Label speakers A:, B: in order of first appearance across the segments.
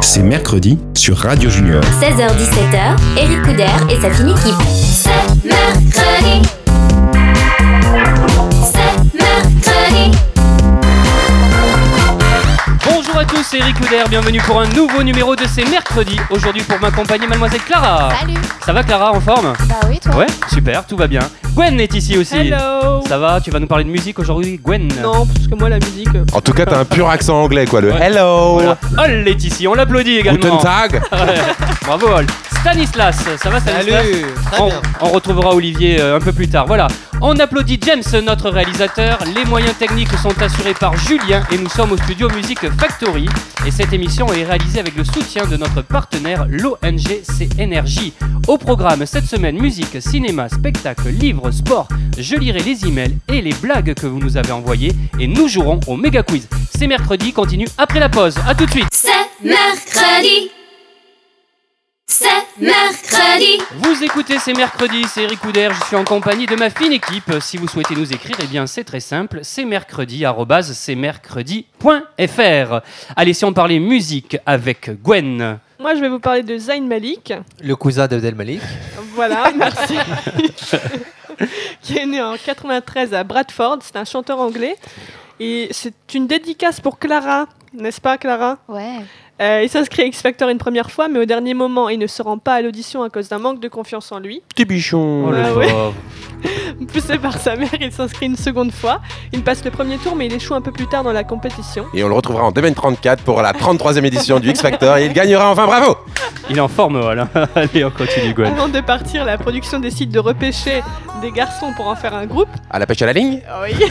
A: c'est mercredi sur Radio Junior.
B: 16h-17h, Eric Couder et sa fine équipe. C'est mercredi. C'est mercredi.
C: Bonjour à tous, c'est Eric Couder, bienvenue pour un nouveau numéro de ces mercredis. Aujourd'hui pour m'accompagner mademoiselle Clara.
D: Salut
C: Ça va Clara, en forme
D: Bah oui, toi
C: Ouais, super, tout va bien. Gwen est ici aussi.
E: Hello
C: Ça va, tu vas nous parler de musique aujourd'hui, Gwen
E: Non, parce que moi la musique. euh,
F: En tout cas, t'as un pur accent anglais, quoi. Le
C: Ouais.
F: hello,
C: Voilà. Ol est ici, on l'applaudit également.
F: guten tag.
C: Ouais. Bravo Ol. Stanislas, ça va Stanislas
G: Très
C: on,
G: bien.
C: on retrouvera Olivier euh, un peu plus tard. Voilà. On applaudit James, notre réalisateur. Les moyens techniques sont assurés par Julien et nous sommes au studio Music Factory. Et cette émission est réalisée avec le soutien de notre partenaire l'ONG CNRJ. Au programme cette semaine, musique, cinéma, spectacle, livres, sport. Je lirai les emails et les blagues que vous nous avez envoyées et nous jouerons au méga quiz. C'est mercredi, continue après la pause. À tout de suite.
B: C'est mercredi. C'est mercredi.
C: Vous écoutez, c'est mercredi, c'est Eric Couder, je suis en compagnie de ma fine équipe. Si vous souhaitez nous écrire, eh bien c'est très simple, c'est mercredi, arrobase, c'est mercredi.fr. Allez, si on parlait musique avec Gwen.
E: Moi, je vais vous parler de Zayn Malik.
G: Le cousin d'Abdel Malik.
E: Voilà, merci. qui est né en 93 à Bradford. C'est un chanteur anglais. Et c'est une dédicace pour Clara, n'est-ce pas, Clara
D: Ouais.
E: Euh, Il s'inscrit à X Factor une première fois, mais au dernier moment, il ne se rend pas à l'audition à cause d'un manque de confiance en lui.
F: Petit bichon.
E: Oh là. Ah ouais.
C: pauvre.
E: Poussé par sa mère, il s'inscrit une seconde fois. Il passe le premier tour, mais il échoue un peu plus tard dans la compétition.
F: Et on le retrouvera en 2034 pour la 33e édition du X Factor. Et il gagnera enfin, bravo
C: Il est en forme, voilà. Allez, on continue, Gwen.
E: Avant de partir, la production décide de repêcher des garçons pour en faire un groupe.
F: À la pêche à la ligne
E: Oui.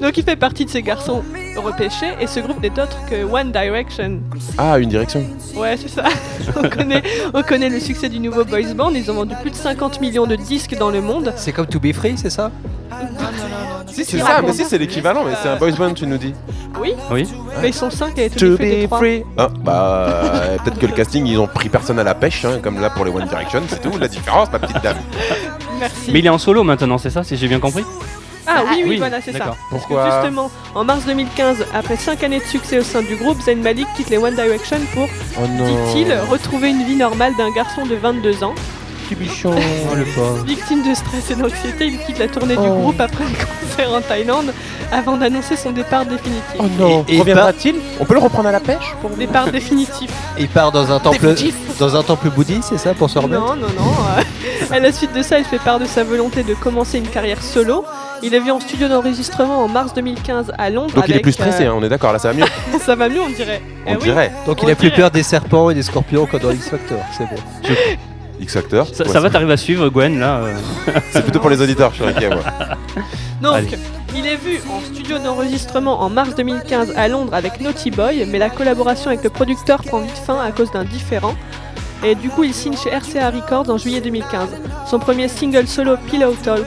E: Donc il fait partie de ces garçons repêchés et ce groupe n'est autre que One Direction.
F: Ah, une direction.
E: Ouais, c'est ça. on, connaît, on connaît le succès du nouveau boys band. Ils ont vendu plus de 50 millions de disques dans le monde.
G: C'est comme To Be Free, c'est ça
F: Si,
E: Il
F: c'est ça,
E: raconte.
F: mais si, c'est l'équivalent, mais c'est un boys band, tu nous dis.
E: Oui.
C: Oui.
E: Mais ils sont 5 et tout fait des trois.
F: Ah, bah, euh, peut-être que le casting, ils ont pris personne à la pêche, hein, comme là pour les One Direction, c'est tout, la différence, ma petite dame.
E: Merci.
C: Mais il est en solo maintenant, c'est ça, si j'ai bien compris
E: Ah oui, oui,
C: Oui,
E: voilà, c'est ça.
C: d'accord.
E: Parce que
F: Pourquoi
E: justement, en mars 2015, après 5 années de succès au sein du groupe, Zayn Malik quitte les One Direction pour,
F: Oh
E: dit-il, retrouver une vie normale d'un garçon de 22 ans.
F: Petit bichon.
G: Oh,
E: Victime de stress et d'anxiété, il quitte la tournée du groupe après un concert en Thaïlande avant d'annoncer son départ définitif.
G: Oh
F: Oh non.
G: Et- et
F: Reviendra-t-il On peut le reprendre à la pêche
E: Départ définitif.
G: Il part dans un temple, dans un temple bouddhiste, c'est ça, pour se remettre
E: Non, non, non. euh, à la suite de ça, il fait part de sa volonté de commencer une carrière solo. Il est vu en studio d'enregistrement en mars 2015 à Londres.
F: Donc il est
E: avec,
F: plus stressé,
E: euh,
F: hein, on est d'accord, là ça va mieux.
E: Ça va mieux, on dirait. Eh
F: On
E: oui.
F: dirait.
G: Donc
E: On
G: il a plus
E: dirait.
G: peur des serpents et des scorpions que dans X Factor, c'est bon.
F: X Factor.
C: Ça,
F: toi,
C: ça va, t'arrives à suivre, Gwen, là euh
F: C'est plutôt pour les auditeurs, je suis inquiet, moi.
E: Donc,
C: Allez.
E: il est vu en studio d'enregistrement en mars 2015 à Londres avec Naughty Boy, mais la collaboration avec le producteur prend vite fin à cause d'un différent. Et du coup, il signe chez RCA Records en juillet 2015. Son premier single solo, Pillow Talk,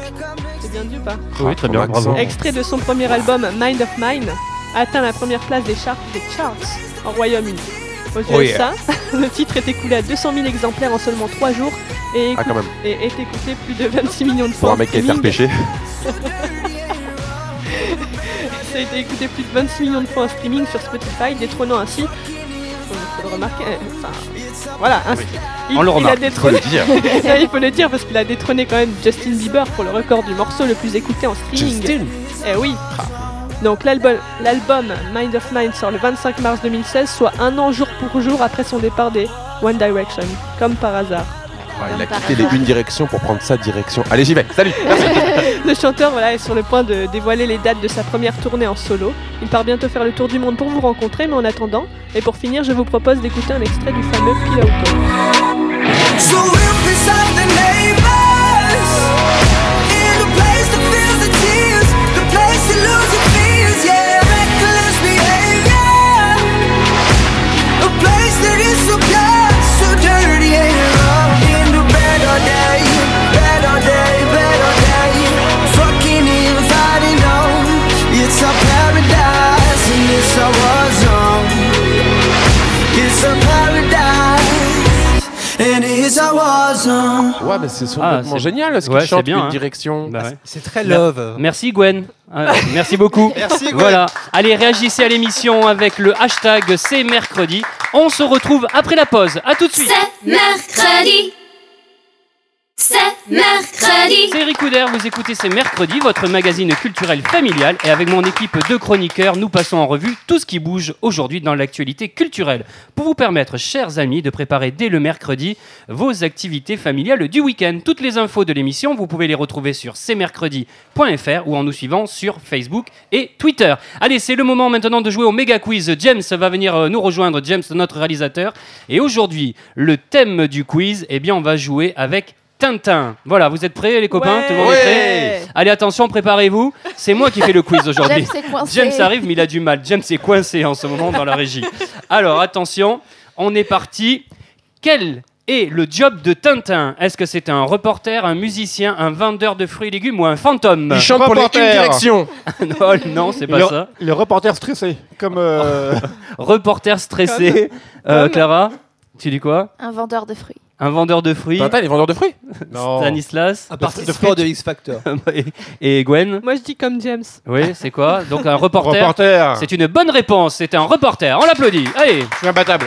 E: c'est bien dit ou pas
C: Oui, très bien,
F: Ton
C: bravo.
F: accent.
E: Extrait de son premier album, Mind of Mine, atteint la première place des charts des charts en Royaume-Uni. Aux USA,
G: Oh yeah.
E: le titre est écoulé à 200 000 exemplaires en seulement 3 jours et,
F: Ah,
E: écoute-
F: quand même.
E: et est écouté plus de 26 millions de fois.
F: Pour un
E: en
F: mec qui a été
E: streaming.
F: repêché.
E: Ça a été écouté plus de 26 millions de fois en streaming sur Spotify, détrônant ainsi. Faut le remarquer, euh, enfin, voilà, ainsi. Il,
C: On le
E: il a
C: remarque,
F: Faut le
E: détrôné,
F: dire.
E: Ça, il faut le dire parce qu'il a détrôné quand même Justin Bieber pour le record du morceau le plus écouté en streaming. Eh oui. Donc l'album, l'album Mind of Mind sort le 25 mars 2016, soit un an jour pour jour après son départ des One Direction, comme par hasard.
F: Ah, il a quitté les une direction pour prendre sa direction. Allez, j'y vais. Salut.
E: Le chanteur voilà, est sur le point de dévoiler les dates de sa première tournée en solo. Il part bientôt faire le tour du monde pour vous rencontrer, mais en attendant, et pour finir, je vous propose d'écouter un extrait du fameux Pillow Talk.
H: So we'll piss off the neighbors In the place that feels the tears The place that loses fears Yeah, reckless behavior A place that is so pure, so dirty And wrong in the bed all day Bed all day, bed all day Fucking and fighting on It's our paradise And it's our war zone It's our paradise And it's our war zone
F: Ouais, mais c'est
C: complètement Ah, c'est-
F: génial
C: ce qu'il Ouais, chante, c'est bien, une hein.
F: direction.
C: Bah ouais.
G: C'est très love.
C: Merci Gwen. Euh, merci beaucoup.
G: Merci, Gwen.
C: Voilà. Allez, réagissez à l'émission avec le hashtag C'est mercredi. On se retrouve après la pause. À tout de suite.
B: C'est mercredi. C'est mercredi.
C: C'est Eric Couder, vous écoutez C'est Mercredi, votre magazine culturel familial. Et avec mon équipe de chroniqueurs, nous passons en revue tout ce qui bouge aujourd'hui dans l'actualité culturelle. Pour vous permettre, chers amis, de préparer dès le mercredi vos activités familiales du week-end. Toutes les infos de l'émission, vous pouvez les retrouver sur cmercredi.fr ou en nous suivant sur Facebook et Twitter. Allez, c'est le moment maintenant de jouer au méga quiz. James va venir euh, nous rejoindre, James, notre réalisateur. Et aujourd'hui, le thème du quiz, eh bien, on va jouer avec Tintin. Voilà, vous êtes prêts, les copains Tout le monde est prêt
E: Ouais.
C: Allez, attention, préparez-vous. C'est moi qui fais le quiz
D: James
C: aujourd'hui.
D: s'est coincé.
C: James arrive, mais il a du mal. James est coincé en ce moment dans la régie. Alors, attention, on est parti. Quel est le job de Tintin Est-ce que c'est un reporter, un musicien, un vendeur de fruits et légumes ou un fantôme
I: Il chante pour les une direction.
C: Non, non, c'est pas
I: le,
C: ça.
I: le reporter stressé. Comme. euh,
C: Reporter stressé. Euh, Clara, tu dis quoi
D: Un vendeur de fruits.
C: Un vendeur de fruits.
F: Tintin, les vendeurs de fruits
I: non.
C: Stanislas euh,
G: Un participant de X Factor.
C: et Gwen.
E: Moi je dis comme James.
C: Oui, c'est quoi Donc un reporter.
I: Reporter.
C: C'est une bonne réponse, c'était un reporter. On l'applaudit. Allez,
I: Je suis imbattable.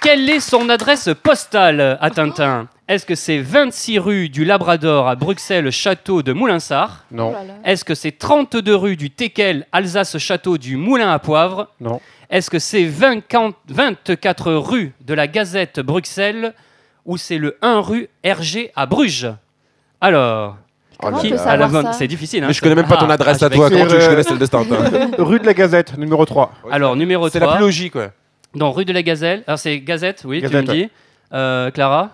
C: quelle est son adresse postale à Tintin Est-ce que c'est 26 rue du Labrador à Bruxelles, château de Moulinsart
D: Oh
I: Non.
D: là là.
C: Est-ce que c'est 32 rue du Tequel, Alsace, château du Moulin à Poivre
I: Non.
C: Est-ce que c'est 20 quand- 24 rue de la Gazette, Bruxelles Ou c'est le 1 rue Hergé à Bruges Alors,
D: Comment
F: Oh
D: on
F: là
D: peut
F: là.
C: à la
D: Ah, savoir
C: bonne-
D: ça
C: C'est difficile. hein,
F: Mais je
C: ça.
F: connais même pas ton
C: Ah,
F: adresse
C: ah,
F: à
C: je
F: toi,
C: vais-
I: vais
F: comment tu veux que je
I: écrire,
F: connaisse celle de Tintin
I: Rue de la Gazette, numéro 3.
C: Alors, numéro 3.
F: C'est la plus logique, quoi.
C: Dans rue de la Gazelle. Alors c'est Gazette, oui,
I: Gazette,
C: tu me dis. Euh, Clara,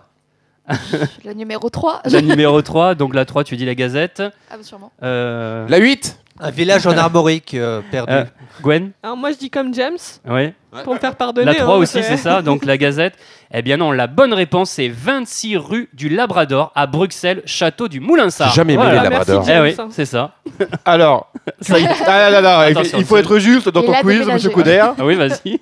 D: Le numéro 3
C: la numéro 3, donc la 3, tu dis la Gazette.
D: Ah, bah, sûrement.
C: Euh,
F: La Ah. 8
G: Un village en armorique euh, perdu.
C: Euh, Gwen,
E: Alors moi je dis comme James
C: oui.
E: pour me faire pardonner.
C: La 3
E: hein,
C: aussi, c'est ça, donc la Gazette. Eh bien non, la bonne réponse, c'est 26 rue du Labrador à Bruxelles, château du Moulinsart.
F: J'ai jamais aimé
E: Ah,
F: les
E: merci,
F: Labrador.
C: Eh
E: James.
C: oui, c'est ça.
I: Alors.
C: Ça y est.
I: Ah là là là, il-
C: Attention,
I: il faut
C: c'est-
I: être juste dans
D: Et
I: ton
D: là,
I: quiz,
D: déménager.
I: monsieur Couder.
C: Ah oui, vas-y.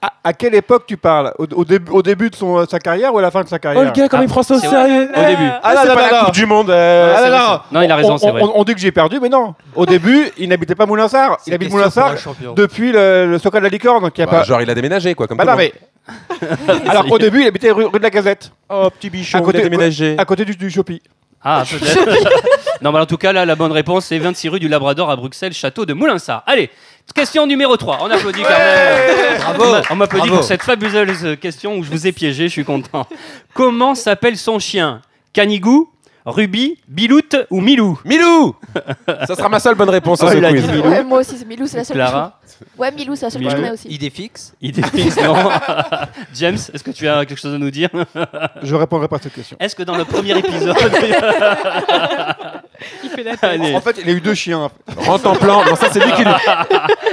I: À, à quelle époque tu parles au, au début, au début de son, euh, sa carrière ou à la fin de sa
F: Oh,
I: carrière
G: Ah,
C: comme il
F: prend ça
C: au C'est vrai.
F: sérieux
C: Au début.
I: Ah là
F: c'est
I: là
F: pas
I: là
F: la
I: là.
F: Coupe du Monde
I: Ah là
F: euh,
I: là
C: Non, il a raison,
I: On-
C: c'est vrai.
I: On, on dit que j'ai perdu, mais non. Au début, il n'habitait pas Moulinsart. Il habite Moulinsart depuis le, le Socal de la Licorne. Qui a
F: bah,
I: pas...
F: Genre, il a déménagé, quoi, comme
I: Bah
F: tout
I: non,
F: le monde.
I: mais. Alors, au début, il habitait rue, rue de la Gazette,
F: Oh, petit bichon,
I: À côté-
F: il a déménagé.
I: à côté du, du Shopi.
C: Ah, peut-être. non, mais en tout cas, là, la bonne réponse, c'est 26 rue du Labrador à Bruxelles, château de Moulinsart. Allez, question numéro 3. On applaudit quand même.
G: Bravo.
C: On m'a- On m'applaudit
G: Bravo.
C: pour cette fabuleuse euh, question où je vous ai piégé, je suis content. Comment s'appelle son chien Canigou Ruby, Biloute ou Milou
F: Milou Ça sera ma seule bonne réponse
C: Ah. Oh,
F: à ce
C: il a
F: quiz.
C: dit
D: Ouais, moi aussi, c'est Milou, c'est la seule que
C: Clara,
D: je Ouais, Milou, c'est la seule que je
C: Milou.
D: connais aussi.
G: Idée fixe.
C: idée fixe, non James, est-ce que tu as quelque chose à nous dire
I: Je répondrai pas à cette question.
C: Est-ce que dans le premier épisode.
E: Il fait la tête.
C: Allez,
I: En fait, il a eu deux chiens.
F: Rentre en plan. Non, ça, c'est lui qui le-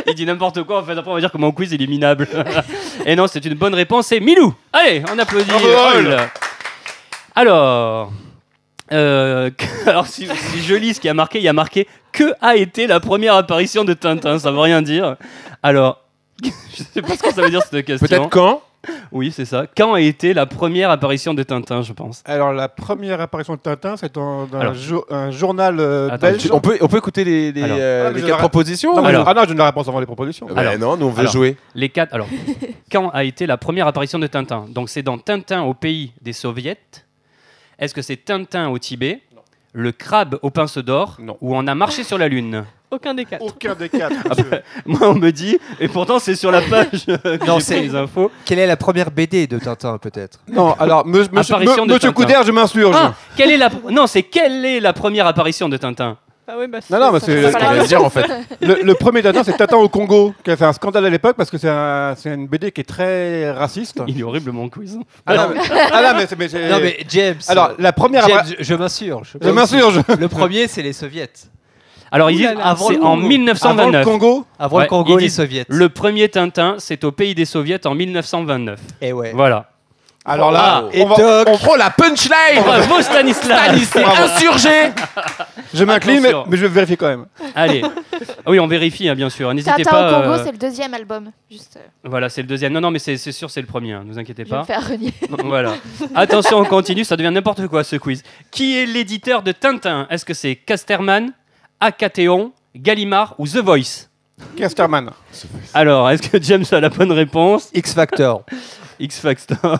C: il dit n'importe quoi, en fait, après on va dire que mon quiz il est minable. Et non, c'est une bonne réponse, c'est Milou Allez, on applaudit
I: Bravo,
C: Hall.
I: Hall.
C: Alors. euh, alors, si, si je lis ce qui a marqué, il y a marqué Que a été la première apparition de Tintin Ça veut rien dire. Alors, je sais pas ce que ça veut dire cette question.
F: Peut-être quand
C: Oui, c'est ça. Quand a été la première apparition de Tintin, je pense
I: Alors, la première apparition de Tintin, c'est dans, dans un,
C: Alors.
I: jo- un journal euh,
C: Attends,
I: belge.
F: Tu- on peut, on peut écouter les, les,
C: Alors.
F: euh,
I: Ah, mais
F: les
I: je
F: quatre
I: l'aurais-
F: propositions
I: Non, mais
F: ou-
I: je-
C: Alors.
I: Ah non, je donne la réponse avant les propositions.
F: Bah
C: Alors.
F: non, nous on veut
C: Alors.
F: jouer.
C: Les quatre. Alors, quand a été la première apparition de Tintin Donc, c'est dans Tintin au pays des soviets. Est-ce que c'est Tintin au Tibet Le crabe aux pinces d'or
I: Non.
C: Ou on a marché sur la lune Ah, bah,
E: Aucun des quatre.
I: Aucun des quatre. monsieur.
C: Moi, on me dit, et pourtant, c'est sur la page que
G: Non,
C: j'ai
G: c'est-
C: pris les infos.
G: Quelle est la première BD de Tintin, peut-être
I: non, alors, me- monsieur,
C: Apparition
I: me-
C: de
I: monsieur
C: Tintin.
I: Couder, je m'insurge.
C: Ah, quelle est la... Non, c'est quelle est la première apparition de Tintin
E: Ah ouais, bah,
I: Non, non, mais c'est-
E: ça
F: Ce
E: sera
F: qu'on
E: pas
F: va
E: la
F: se dire en fait.
I: Le, le premier Tintin, c'est Tintin au Congo, qui a fait un scandale à l'époque parce que c'est un- c'est une BD qui est très raciste.
C: Il est horrible, mon quiz.
I: Ah non, mais, ah non, mais c'est- mais c'est-
G: Non, mais James.
I: Alors, la première.
G: James,
I: appara-
G: je, je m'insurge.
I: Je m'insurge.
G: Le premier, c'est les soviets.
C: Alors, ils disent,
G: avant
C: c'est
G: le
C: en
G: Congo.
I: Avant le
C: 1929.
I: Congo,
G: Avant
C: Ouais,
G: le Congo,
C: ils
G: les
C: disent
G: soviets.
C: Le premier Tintin, c'est au pays des soviets en 1929.
G: Et Eh
I: Eh.
G: ouais.
C: Voilà.
I: alors là,
G: Et
I: on va-
G: toc.
I: on-
F: Oh la
I: Eh,
F: punchline
C: Bravo, Stanislas
F: C'est insurgé
I: je m'incline, mais,
C: Attention.
I: mais je vais vérifier quand même.
C: Allez. Ah Oui, on vérifie, hein, bien sûr. N'hésitez
D: Tintin
C: pas.
D: au Congo,
C: euh,
D: c'est le deuxième album. Juste, euh,
C: Voilà, c'est le deuxième. Non, non, mais c'est c'est sûr, c'est le premier. hein, Ne vous inquiétez
D: je vais me
C: pas.
D: faire renier.
C: voilà. Attention, on continue. Ça devient n'importe quoi ce quiz. Qui est l'éditeur de Tintin Est-ce que c'est Casterman, Akateon, Gallimard ou The Voice
I: Casterman.
C: Alors, est-ce que James a la bonne réponse
G: X Factor.
C: X Factor.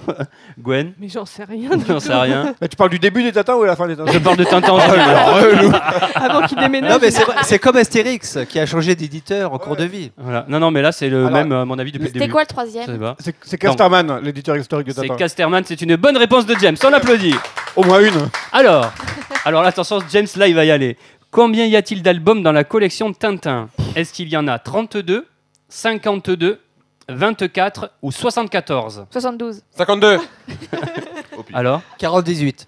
C: Gwen
E: Mais j'en sais rien. du
C: J'en
E: tout.
C: sais rien.
I: Mais tu parles du début des Tatins ou de la fin des Tatins
C: Je parle de Tintin en général.
E: Avant qu'il déménage.
G: non mais c'est vrai, c'est comme Astérix qui a changé d'éditeur en cours de vie.
C: Voilà. Non, non, mais là, c'est le
I: Alors,
C: même, euh, à mon avis, depuis le
D: C'était
C: début.
D: quoi le
C: Ça
D: troisième
C: va.
I: C'est c'est Casterman, l'éditeur historique des
C: C'est
I: Tatins.
C: Casterman, c'est une bonne réponse de James. On applaudit.
I: Au moins une.
C: Alors, alors là, attention, James, là, il va y aller. Combien y a-t-il d'albums dans la collection Tintin Est-ce qu'il y en a 32, 52, 24 ou 74
D: 72.
F: 52
C: Alors,
G: 48.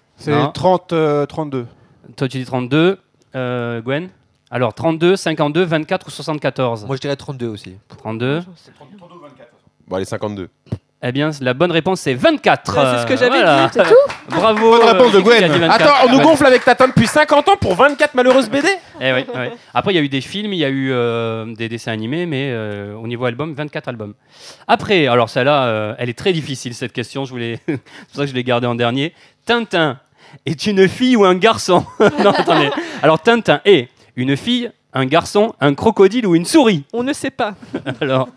C: Non.
I: C'est 30, euh, 32.
C: toi, tu dis 32, euh, Gwen alors 32, 52, 24 ou 74
G: Moi je dirais 32 aussi.
C: 32.
F: Bon, allez, 52.
C: Eh bien, la bonne réponse c'est 24.
E: Ouais, c'est ce que
C: Euh,
E: j'avais
C: voilà.
E: dit, c'est tout.
C: Bravo.
I: Bonne
C: euh,
I: réponse de
C: qui a dit
I: Gwen.
C: 24?
F: Attends, on nous
C: Ouais.
F: gonfle avec Tatin depuis 50 ans pour 24 malheureuses BD
C: Eh oui, ouais. Après, il y a eu des films, il y a eu euh, des dessins animés, mais euh, au niveau album, 24 albums. Après, alors celle-là, euh, elle est très difficile, cette question, je voulais... c'est pour ça que je l'ai gardée en dernier. Tintin est une fille ou un garçon Non, attendez. Alors, Tintin est une fille, un garçon, un crocodile ou une souris
E: On ne sait pas.
C: Alors,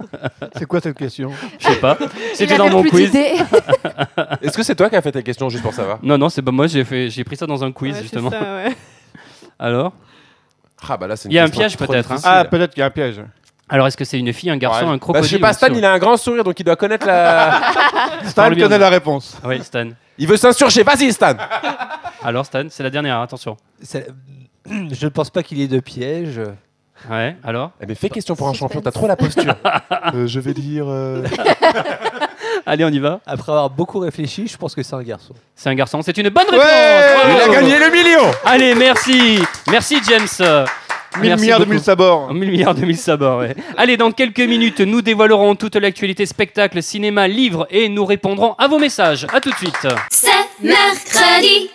I: C'est quoi cette question
C: je sais pas. C'était
D: Il
C: dans
D: avait
C: mon
D: plus
C: quiz.
D: d'idées.
F: Est-ce que c'est toi qui as fait ta question juste pour savoir
C: Non, non, c'est pas moi, j'ai fait- j'ai pris ça dans un quiz,
E: Ouais, c'est
C: justement.
E: ça, ouais.
C: Alors
F: Ah bah là, c'est une
C: Il y a un
F: question
C: piège,
F: trop
C: peut-être, hein.
F: difficile.
I: Ah, peut-être qu'il y a un piège.
C: Alors, est-ce que c'est une fille, un garçon,
F: Ouais.
C: un
F: Bah,
C: crocodile
F: je sais pas,
C: ou
F: Stan,
C: une
F: il a un grand sourire, donc il doit connaître la.
I: Stan
C: Parle bien.
I: connaît la réponse.
C: souris Oui, Stan.
F: Il veut s'insurger, vas-y, Stan
C: Alors, Stan, c'est la dernière, attention.
G: C'est- Je ne pense pas qu'il y ait de piège.
C: Ouais, alors
F: Eh, Mais fais question pour un
D: Suspense.
F: champion, t'as trop la posture.
C: Ah.
I: Euh, je vais dire.
C: Allez, on y va.
G: Après avoir beaucoup réfléchi, je pense que c'est un garçon.
C: C'est un garçon. C'est une bonne réponse. Bravo.
I: Ouais Il a gagné le million
C: Allez, merci. Merci, James.
I: 1000 milliards de
C: beaucoup.
I: mille sabords.
C: 1000 milliards de mille sabords, ouais. Allez, dans quelques minutes, nous dévoilerons toute l'actualité spectacle, cinéma, livre et nous répondrons à vos messages. À tout de suite.
B: C'est mercredi.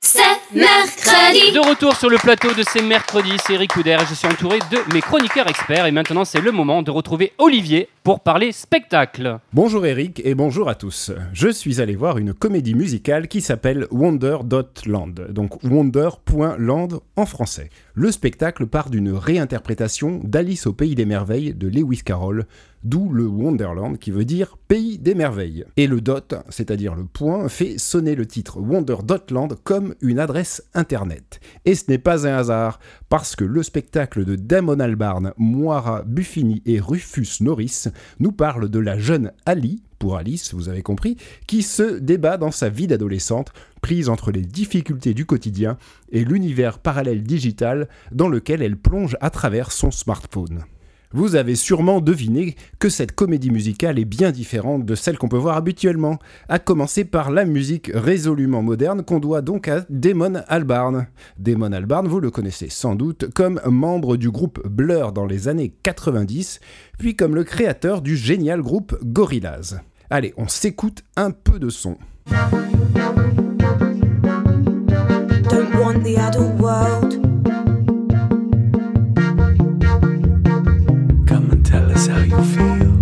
B: C'est mercredi.
C: De retour sur le plateau de ces mercredis, c'est Eric Couder et je suis entouré de mes chroniqueurs experts. Et maintenant, c'est le moment de retrouver Olivier pour parler spectacle.
A: Bonjour Eric et bonjour à tous. Je suis allé voir une comédie musicale qui s'appelle Wonder.land, donc Wonder.land en français. Le spectacle part d'une réinterprétation d'Alice au Pays des Merveilles de Lewis Carroll, d'où le Wonderland qui veut dire Pays des Merveilles. Et le dot, c'est-à-dire le point, fait sonner le titre Wonder.land comme une adresse internet. Et ce n'est pas un hasard, parce que le spectacle de Damon Albarn, Moira Buffini et Rufus Norris nous parle de la jeune Ali, pour Alice, vous avez compris, qui se débat dans sa vie d'adolescente, prise entre les difficultés du quotidien et l'univers parallèle digital dans lequel elle plonge à travers son smartphone. Vous avez sûrement deviné que cette comédie musicale est bien différente de celle qu'on peut voir habituellement, à commencer par la musique résolument moderne qu'on doit donc à Damon Albarn. Damon Albarn, vous le connaissez sans doute comme membre du groupe Blur dans les années 90, puis comme le créateur du génial groupe Gorillaz. Allez, on s'écoute un peu de son.
H: Don't want the adult world.
J: Come and tell us how you feel.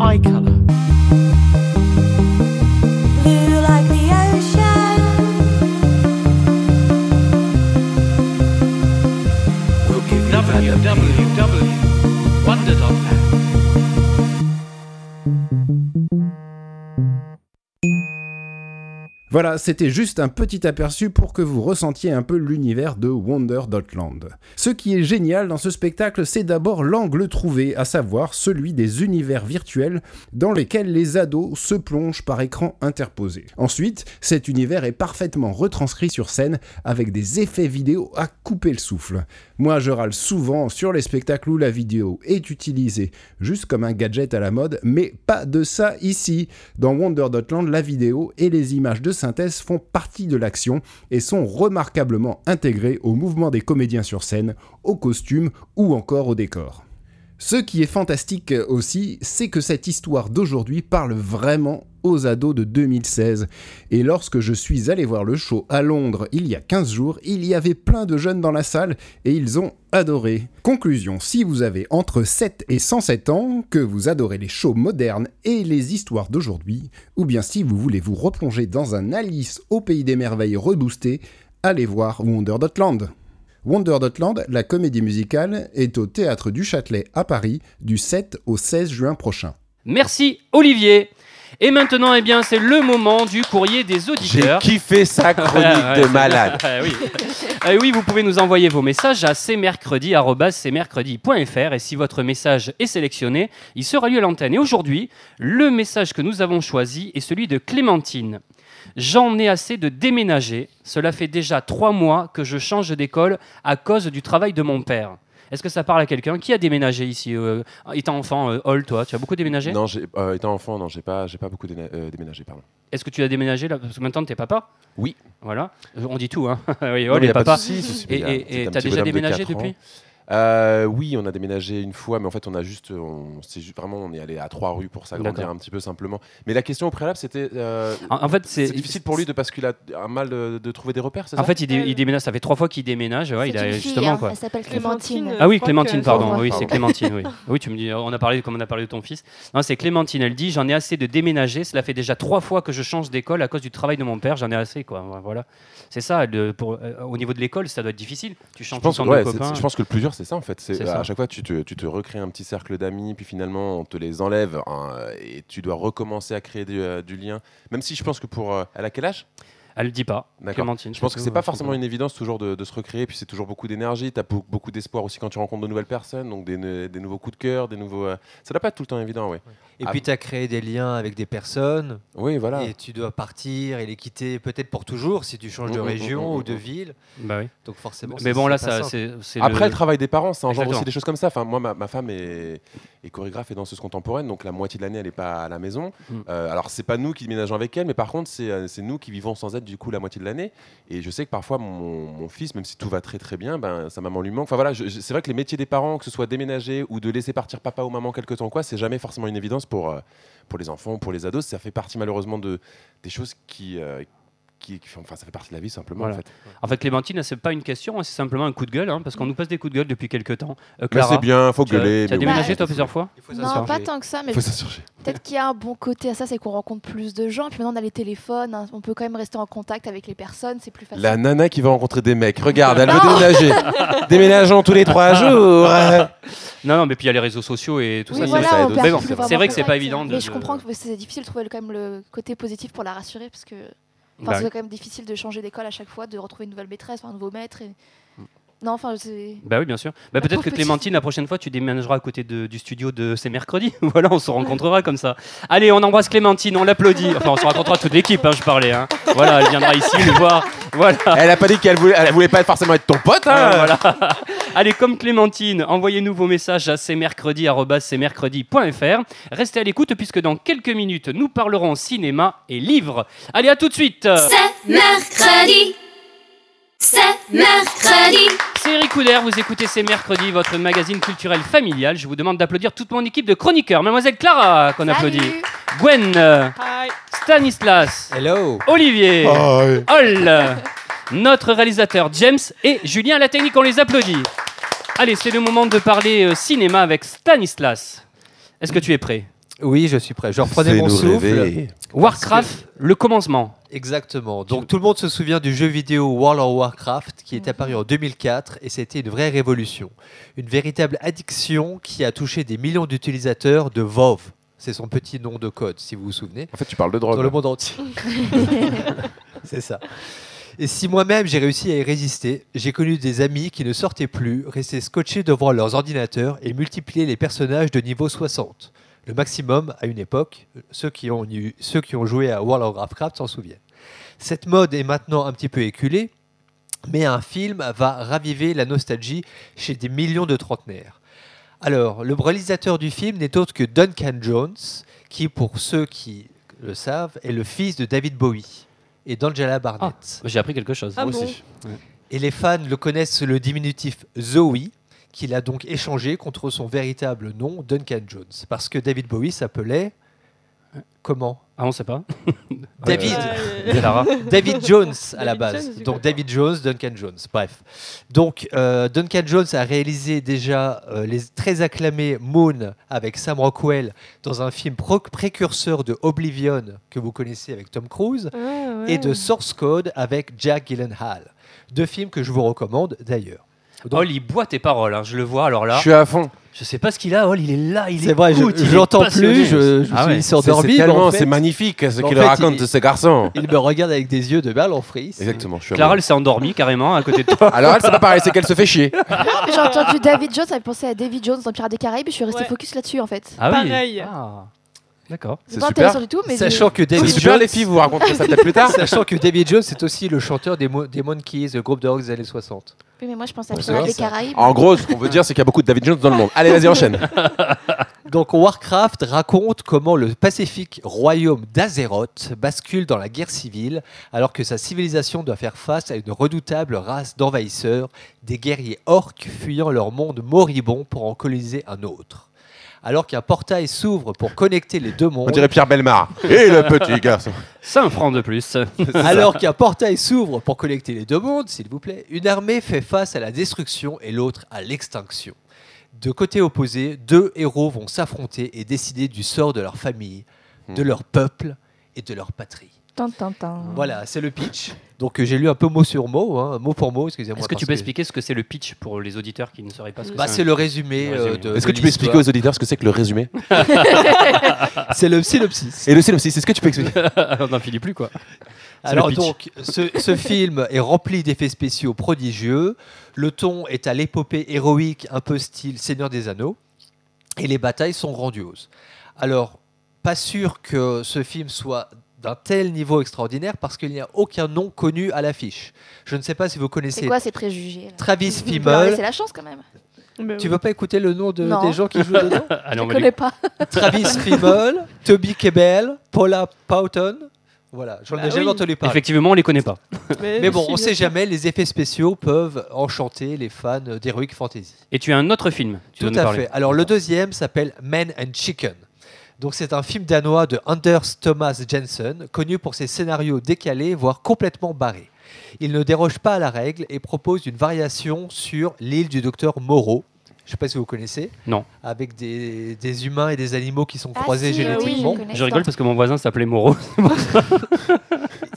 J: Eye color.
H: Blue like the ocean.
J: We'll give you www.wonder.land.
A: Voilà, c'était juste un petit aperçu pour que vous ressentiez un peu l'univers de Wonder Dotland. Ce qui est génial dans ce spectacle, c'est d'abord l'angle trouvé, à savoir celui des univers virtuels dans lesquels les ados se plongent par écran interposé. Ensuite, cet univers est parfaitement retranscrit sur scène avec des effets vidéo à couper le souffle. Moi, je râle souvent sur les spectacles où la vidéo est utilisée juste comme un gadget à la mode, mais pas de ça ici. Dans Wonder Dotland, la vidéo et les images de synthèse font partie de l'action et sont remarquablement intégrées au mouvement des comédiens sur scène, aux costumes ou encore au décor. Ce qui est fantastique aussi, c'est que cette histoire d'aujourd'hui parle vraiment aux ados de 2016. Et lorsque je suis allé voir le show à Londres il y a 15 jours, il y avait plein de jeunes dans la salle et ils ont adoré. Conclusion, si vous avez entre 7 et 107 ans, que vous adorez les shows modernes et les histoires d'aujourd'hui, ou bien si vous voulez vous replonger dans un Alice au pays des merveilles reboosté, allez voir Wonder Dotland. Wonder Dotland, la comédie musicale, est au Théâtre du Châtelet à Paris du 7 au 16 juin prochain.
C: Merci Olivier. Et maintenant, eh bien, c'est le moment du courrier des auditeurs.
F: J'ai kiffé sa chronique de malade.
C: Ah oui. Ah oui, vous pouvez nous envoyer vos messages à cmercredi.fr et si votre message est sélectionné, il sera lu à l'antenne. Et aujourd'hui, le message que nous avons choisi est celui de Clémentine. J'en ai assez de déménager. Cela fait déjà trois mois que je change d'école à cause du travail de mon père. Est-ce que ça parle à quelqu'un qui a déménagé ici euh, Étant enfant, euh, Hall, toi, tu as beaucoup déménagé
F: Non, j'ai- euh, étant enfant, non, j'ai pas, j'ai pas beaucoup déna- euh, déménagé, pardon.
C: Est-ce que tu as déménagé là Parce que maintenant, t'es papa
F: Oui.
C: Voilà. Euh, On dit tout, hein. oui,
F: Non,
C: oh,
F: mais y
C: les
F: a pas de
C: papas.
F: souci, ceci,
C: Et-
F: il y a- c'est
C: et
F: un
C: et t'as
F: petit
C: déjà
F: bonhomme de
C: déménagé
F: quatre ans.
C: depuis
F: Euh, Oui, on a déménagé une fois, mais en fait, on a juste, on, c'est ju- vraiment, on est allé à trois rues pour s'agrandir
C: D'accord.
F: un petit peu simplement. Mais la question au préalable, c'était. euh,
C: En- en fait, c'est-
F: difficile pour lui de parce qu'il a un mal de, de trouver des repères, c'est ça
C: En fait, il, dé- il déménage, ça fait trois fois qu'il déménage. ouais, il a,
B: une fille,
C: justement,
B: hein,
C: quoi.
B: elle s'appelle Clémentine.
C: Ah
E: je
C: oui,
E: crois
C: Clémentine,
E: que-
C: pardon.
F: Pardon.
C: Oui, c'est Clémentine. Oui. oui, tu me dis, on a parlé comme on a parlé de ton fils. Non, c'est Clémentine. Elle dit, j'en ai assez de déménager. Cela fait déjà trois fois que je change d'école à cause du travail de mon père. J'en ai assez, quoi. Voilà. C'est ça. le- pour, euh, au niveau de l'école, ça doit être difficile. Tu changes
F: Je pense,
C: tout le
F: que,
C: temps de
F: ouais, c'est-
C: copains.
F: c'est- je pense que le plus dur, c'est ça en fait. C'est,
C: C'est
F: euh,
C: ça.
F: À chaque fois, tu te, tu te recrées un petit cercle d'amis, puis finalement, on te les enlève hein, et tu dois recommencer à créer du, euh, du lien. Même si je pense que pour. euh, elle a quel âge
C: Elle le dit pas.
F: D'accord.
C: Clémentine.
F: Je pense que
C: tout,
F: c'est
C: euh,
F: pas forcément
C: comprends.
F: une évidence toujours de, de se recréer, puis c'est toujours beaucoup d'énergie, t'as beau- beaucoup d'espoir aussi quand tu rencontres de nouvelles personnes, donc des, ne- des nouveaux coups de cœur, des nouveaux. euh, Ça doit pas être tout le temps évident, ouais.
G: Et
F: Ah.
G: puis, tu as créé des liens avec des personnes.
F: Oui, voilà.
G: Et tu dois partir et les quitter peut-être pour toujours si tu changes de
F: Mm, mm,
G: région
F: mm,
G: ou de
F: mm.
G: ville.
C: Bah oui.
G: Donc forcément.
C: Mais
G: c'est-
C: bon, là,
G: c'est
C: ça,
G: pas simple.
C: c'est. c'est
F: Après, le travail des parents, ça engendre
C: Exactement.
F: aussi des choses comme ça. Enfin, moi, ma, ma femme est, est chorégraphe et danseuse contemporaine, donc la moitié de l'année, elle n'est pas à la maison.
C: Mm.
F: Euh, alors, c'est pas nous qui déménageons avec elle, mais par contre, c'est euh, c'est nous qui vivons sans aide du coup la moitié de l'année. Et je sais que parfois, mon, mon fils, même si tout va très très bien, ben, sa maman lui manque. Enfin voilà, je- je- c'est vrai que les métiers des parents, que ce soit déménager ou de laisser partir papa ou maman quelque temps, quoi, c'est jamais forcément une évidence pour, euh, pour les enfants ou pour les ados. Ça fait partie malheureusement de, des choses qui. euh, qui, qui font- enfin, ça fait partie de la vie simplement
C: Voilà.
F: en fait.
C: En fait, Clémentine, c'est pas une question, hein, c'est simplement un coup de gueule, hein, parce qu'on nous passe des coups de gueule depuis quelques temps. Euh,
F: Mm. Mais
C: Clara,
F: c'est bien, faut
C: tu as-
F: gueuler.
C: Tu as
F: mais
C: déménagé
F: oui.
C: toi plusieurs fois
G: Il faut
D: Non,
G: s'assurer.
D: pas tant que ça, mais
F: Faut s'insurger.
D: peut-être qu'il y a un bon côté à ça, c'est qu'on rencontre plus de gens. Puis maintenant, on a les téléphones, hein, on peut quand même rester en contact avec les personnes, c'est plus facile.
F: La nana qui va rencontrer des mecs. Regarde, elle
D: Non.
F: veut déménager. Déménageons Ah, tous les trois jours.
C: Non, non, mais puis il y a les réseaux sociaux et tout
D: Oui,
C: ça.
F: c'est-
D: voilà,
F: ça
D: on
F: aide
D: perd
F: aussi.
D: plus
F: Mais bon,
D: d'avoir
C: c'est vrai que c'est
D: contact.
C: pas évident de-
D: Mais je comprends que c'est difficile de trouver quand même le côté positif pour la rassurer, parce que
C: c'est-
D: enfin,
C: bah,
D: c'est quand même difficile de changer d'école à chaque fois, de retrouver une nouvelle maîtresse, un nouveau maître. et- Non, enfin, c'est.
C: Mm. bah oui, bien sûr. Bah,
D: La
C: Peut-être
D: pauvre
C: que
D: petite
C: Clémentine,
D: fille.
C: la prochaine fois, tu déménageras à côté de- du studio de ces mercredis. voilà, on se rencontrera comme ça. Allez, on embrasse Clémentine, on l'applaudit. Enfin, on se rencontrera toute l'équipe, hein, je parlais. hein. Voilà, elle viendra ici nous voir. Voilà.
F: Elle a pas dit qu'elle voulait, elle voulait pas forcément être ton pote.
C: Ah,
F: hein.
C: voilà. Allez, comme Clémentine, envoyez-nous vos messages à cmercredi.fr. Restez à l'écoute puisque dans quelques minutes, nous parlerons cinéma et livres. Allez, à tout de suite
B: C'est mercredi. C'est mercredi.
C: C'est Eric Couder, vous écoutez C'est mercredi, votre magazine culturel familial. Je vous demande d'applaudir toute mon équipe de chroniqueurs. Mademoiselle Clara, qu'on applaudit.
D: Salut
C: Gwen, euh,
E: Hi.
C: Stanislas,
G: Hello.
C: Olivier,
F: Ah, ouais.
C: Hall, euh, notre réalisateur James et Julien à la technique, on les applaudit. Allez, c'est le moment de parler euh, cinéma avec Stanislas. Est-ce que tu es prêt
G: Oui, je suis prêt. Je reprenais mon
F: Fais-nous
G: souffle.
F: rêver.
C: Warcraft, le commencement.
G: Exactement. Donc tout le monde se souvient du jeu vidéo World of Warcraft qui est apparu en 2004 et c'était une vraie révolution. Une véritable addiction qui a touché des millions d'utilisateurs de WoW. C'est son petit nom de code, si vous vous souvenez.
F: En fait, tu parles de
G: Dans le
F: drogue.
G: monde entier. C'est ça. Et si moi-même j'ai réussi à y résister, j'ai connu des amis qui ne sortaient plus, restaient scotchés devant leurs ordinateurs et multipliaient les personnages de niveau 60. Le maximum à une époque, ceux qui ont, eu- ceux qui ont joué à World of Warcraft s'en souviennent. Cette mode est maintenant un petit peu éculée, mais un film va raviver la nostalgie chez des millions de trentenaires. Alors, le réalisateur du film n'est autre que Duncan Jones, qui, pour ceux qui le savent, est le fils de David Bowie et d'Angela Barnett.
C: J'ai appris quelque chose.
E: Ah bon
G: Et les fans le connaissent sous le diminutif Zoe, qu'il a donc échangé contre son véritable nom, Duncan Jones. Parce que David Bowie s'appelait. Comment
C: Ah, on sait pas.
G: David
E: Euh,
C: Clara.
G: David Jones à la
E: David
G: base.
E: Jones, du
G: Donc
E: coup.
G: David Jones, Duncan Jones, bref. Donc euh, Duncan Jones a réalisé déjà euh, les très acclamés Moon avec Sam Rockwell dans un film pro- précurseur de Oblivion que vous connaissez avec Tom Cruise
E: ah, ouais.
G: et de Source Code avec Jack Gyllenhaal. Deux films que je vous recommande d'ailleurs.
C: Hall, il boit tes paroles, hein, je le vois. Alors là,
F: Je suis à fond.
C: je sais pas ce qu'il a, Hall, il est là, il
G: C'est vrai, je-
C: écoute, il est
G: j'entends
C: passionné.
G: plus, je, je
F: Ah ouais.
G: suis
F: C'est- c'est
G: endormi. mais
F: tellement-
G: en fait,
F: C'est magnifique hein, ce
G: en
F: qu'il
G: fait,
F: raconte
G: il-
F: ce garçon.
G: Il me regarde avec des yeux de balle en frise.
F: Exactement, je suis
C: Clara,
F: amoureux.
C: elle s'est endormie carrément à côté de toi.
F: Alors elle, c'est pas pareil, c'est qu'elle se fait chier.
D: J'ai entendu David Jones, ça me pensé à David Jones dans Pirates des Caraïbes, et je suis restée
E: Ouais.
D: focus là-dessus en fait.
C: Ah
E: Pareil.
C: Ah. D'accord.
F: C'est
D: pas
F: super.
D: intéressant du tout, mais.
G: Sachant que
F: C'est
G: David
F: super,
G: Jones,
F: les filles, vous raconterez ça peut-être plus tard.
G: sachant que David Jones est aussi le chanteur des, Mo- des Monkeys, le groupe de rock des années 60.
D: Oui, mais moi je pense à
F: Ouais, c'est
D: Pirates
F: vrai,
D: des Caraïbes.
F: En gros, ce qu'on veut dire, c'est qu'il y a beaucoup de David Jones dans le monde. Allez, vas-y, enchaîne.
G: Donc Warcraft raconte comment le pacifique royaume d'Azeroth bascule dans la guerre civile alors que sa civilisation doit faire face à une redoutable race d'envahisseurs, des guerriers orques fuyant leur monde moribond pour en coloniser un autre. Alors qu'un portail s'ouvre pour connecter les deux mondes,
F: On dirait Pierre Belmar. Et le petit garçon.
C: 5 francs de plus.
G: alors qu'un portail s'ouvre pour connecter les deux mondes, s'il vous plaît, une armée fait face à la destruction et l'autre à l'extinction. De côté opposé, deux héros vont s'affronter et décider du sort de leur famille, de
F: Hmm.
G: leur peuple et de leur patrie.
D: Tin, tin, tin.
G: Voilà, c'est le pitch. Donc euh, j'ai lu un peu mot sur mot, hein, mot pour mot, excusez-moi.
C: Est-ce que tu
G: parce
C: peux expliquer ce que c'est le pitch pour les auditeurs qui ne sauraient pas ce que
G: Bah, c'est
C: c'est
G: le résumé
C: Le
G: euh,
C: résumé.
G: de.
F: Est-ce
G: de
F: que tu peux expliquer
G: l'histoire.
F: aux auditeurs ce que c'est que le résumé
G: C'est le synopsis.
F: Et le synopsis, est-ce que tu peux expliquer
C: un... N'en finis plus, quoi. C'est
G: Alors
C: le pitch.
G: donc, ce, ce film est rempli d'effets spéciaux prodigieux. Le ton est à l'épopée héroïque, un peu style Seigneur des Anneaux, et les batailles sont grandioses. Alors, pas sûr que ce film soit d'un tel niveau extraordinaire parce qu'il n'y a aucun nom connu à l'affiche. Je ne sais pas si vous
D: C'est
G: connaissez
D: quoi ces préjugés là
G: Travis
D: On peut leur laisser
G: Fimmel.
D: la chance quand même.
E: Mais
G: Tu
E: oui.
G: veux pas écouter le nom de,
D: Non.
G: des gens qui jouent dedans
C: Ah
D: Je
C: non, mais
D: connais pas.
G: Travis Fimmel, Toby Kebbell, Paula Powton. Voilà, j'en ai
E: Bah
G: jamais
E: oui.
G: entendu
C: du-
G: parler.
C: effectivement, on les connaît pas.
G: Mais bon, on
E: si,
G: sait
E: bien sûr.
G: jamais, les effets spéciaux peuvent enchanter les fans d'Heroic Fantasy.
C: Et tu as un autre film. Tu dois
G: Tout
C: nous
G: à
C: parler.
G: fait. Alors le deuxième s'appelle Men and Chicken. Donc c'est un film danois de Anders Thomas Jensen, connu pour ses scénarios décalés, voire complètement barrés. Il ne déroge pas à la règle et propose une variation sur l'île du docteur Moreau. Je ne sais pas si vous connaissez.
C: Non.
G: Avec des, des humains et des animaux qui sont
D: Ah,
G: croisés
D: si, euh, oui,
G: génétiquement.
D: je connais.
C: Je rigole parce que mon voisin s'appelait Moreau.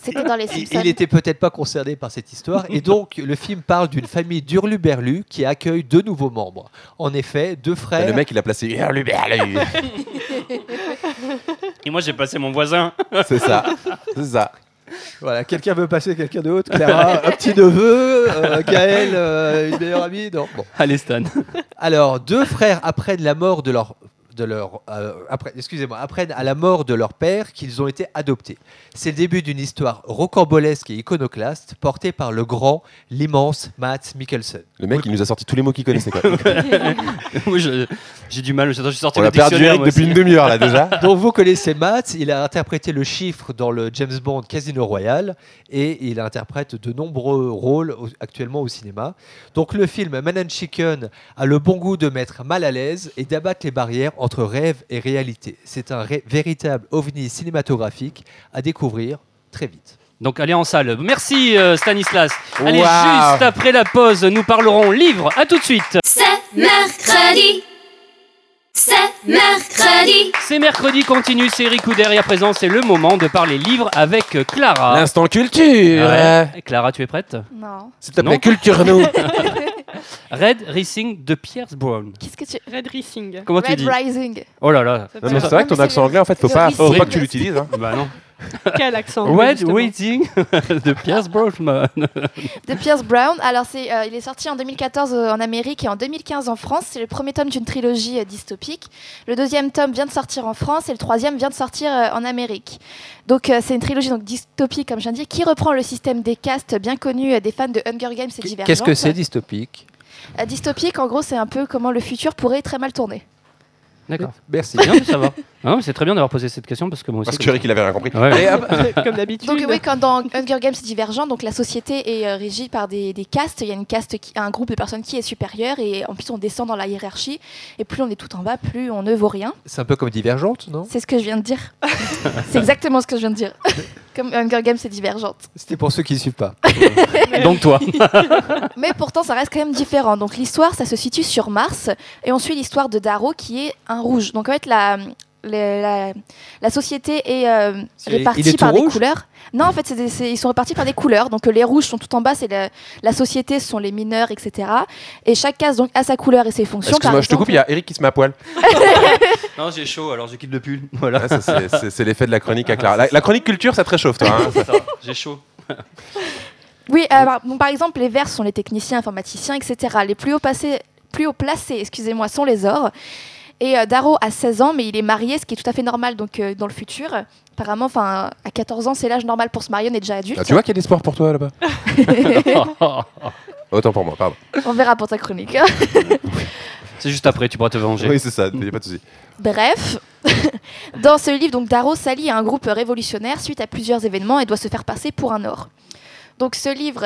D: C'était dans les
G: Il-
D: Simpsons.
G: Il était peut-être pas concerné par cette histoire. Et donc, le film parle d'une famille d'Hurluberlu qui accueille deux nouveaux membres. En effet, deux frères.
F: Bah, Le mec, il a placé.
C: Et moi, j'ai passé mon voisin.
F: C'est ça. C'est ça.
G: Voilà, quelqu'un veut passer quelqu'un d'autre. Clara, un petit neveu. euh, Gaël, euh, une meilleure amie. Non, bon.
C: Allez, Stan.
G: Alors, deux frères apprennent la mort de leur de leur euh, apprennent- excusez-moi apprennent à la mort de leur père qu'ils ont été adoptés. C'est le début d'une histoire rocambolesque et iconoclaste portée par le grand, l'immense Matt Mikkelsen.
F: Le mec, il nous a sorti tous les mots qu'il connaissait. Quoi.
C: Moi, je- j'ai du mal. J'attends, je suis sorti
F: On
C: le
F: a perdu
C: dictionnaire.
F: Eric
C: moi
F: depuis
C: aussi.
F: une demi-heure là déjà.
G: Donc vous connaissez Matt, il a interprété le chiffre dans le James Bond Casino Royale et il interprète de nombreux rôles au- actuellement au cinéma. Donc le film Man and Chicken a le bon goût de mettre mal à l'aise et d'abattre les barrières entre rêve et réalité. C'est un ré- véritable ovni cinématographique à découvrir très vite.
C: Donc, allez en salle. Merci, euh, Stanislas. Allez,
F: Waouh.
C: juste après la pause, nous parlerons livre. À tout de suite.
B: C'est mercredi. C'est mercredi.
C: C'est mercredi continue, c'est Eric Couder et à présent c'est le moment de parler livre avec euh, Clara.
F: L'instant culture.
C: Ouais. Clara, tu es prête
D: Non.
F: S'il te
C: Non.
F: plaît, culture-nous.
C: Red Rising de Pierce Brown.
D: Qu'est-ce que tu.
E: Red Racing.
C: Comment tu
D: Red
C: dis
D: Rising.
C: Oh là là.
E: Ça
F: Non,
E: peut
F: mais
E: être
F: c'est vrai que ton accent anglais, en fait, faut pas, faut pas que tu l'utilises. hein.
C: Bah non.
E: Quel accent
C: Red
E: justement.
C: Rising de Pierce Brown.
D: De Pierce Brown. Alors, c'est, euh, il est sorti en 2014 euh, en Amérique et en 2015 en France. C'est le premier tome d'une trilogie euh, dystopique. Le deuxième tome vient de sortir en France et le troisième vient de sortir euh, en Amérique. Donc, euh, c'est une trilogie donc, dystopique, comme je viens de dire, qui reprend le système des castes bien connu euh, des fans de Hunger Games et Divergence.
G: Qu'est-ce que c'est dystopique
D: Euh, Dystopique, en gros, c'est un peu comment le futur pourrait très mal tourner.
C: D'accord.
G: Merci.
C: C'est bien de savoir. Non, mais c'est très bien d'avoir posé cette question parce que moi aussi.
F: Parce que Eric, il avait rien compris.
C: Ouais.
F: Allez, hop.
E: Comme d'habitude.
D: Donc euh, oui, quand dans Hunger Games c'est divergent, donc la société est euh, régie par des, des castes. Il y a une caste, qui, un groupe de personnes qui est supérieur et en plus on descend dans la hiérarchie. Et plus on est tout en bas, plus on ne vaut rien.
G: C'est un peu comme Divergente, non
D: C'est ce que je viens de dire. c'est exactement ce que je viens de dire. Comme Hunger Games c'est divergente.
G: C'était pour ceux qui ne suivent pas.
C: Donc toi.
D: Mais pourtant ça reste quand même différent. Donc l'histoire ça se situe sur Mars et on suit l'histoire de Daro qui est un rouge. Donc en fait la les- la, la société est euh,
G: C'est- il
D: répartie
G: est tout
D: par des
G: rouge
D: couleurs. Non, en fait, c'est des- c'est- ils sont répartis par des couleurs. Donc euh, les rouges sont tout en bas, c'est la, la société, ce sont les mineurs, etc. Et chaque case donc a sa couleur et ses fonctions. Par
F: Excuse-moi, je te coupe,
D: exemple-
F: il y a Eric qui se met à poil.
C: Non, j'ai chaud, alors je quitte le pull. Voilà.
F: Ah, ça, c'est- c'est c'est l'effet de la chronique à Clara. La, la chronique culture, ça te réchauffe, toi. hein.
C: Attends, j'ai chaud.
D: Oui, euh, par- bon, par exemple, les verts sont les techniciens, informaticiens, etc. Les plus hauts passés- plus hauts placés, excusez-moi, sont les ors. Et euh, Daro a 16 ans, mais il est marié, ce qui est tout à fait normal donc euh, dans le futur. Apparemment, enfin, à 14 ans, c'est l'âge normal pour se marier, on est déjà adulte.
F: Ah, tu vois qu'il y a de l'espoir pour toi là-bas Autant pour moi, pardon.
D: on verra pour ta chronique.
C: C'est juste après, tu pourras te venger.
F: Oui, c'est ça, il n'y a pas de souci.
D: Bref, dans ce livre, donc Darrow s'allie à un groupe révolutionnaire suite à plusieurs événements et doit se faire passer pour un or. Donc ce livre, je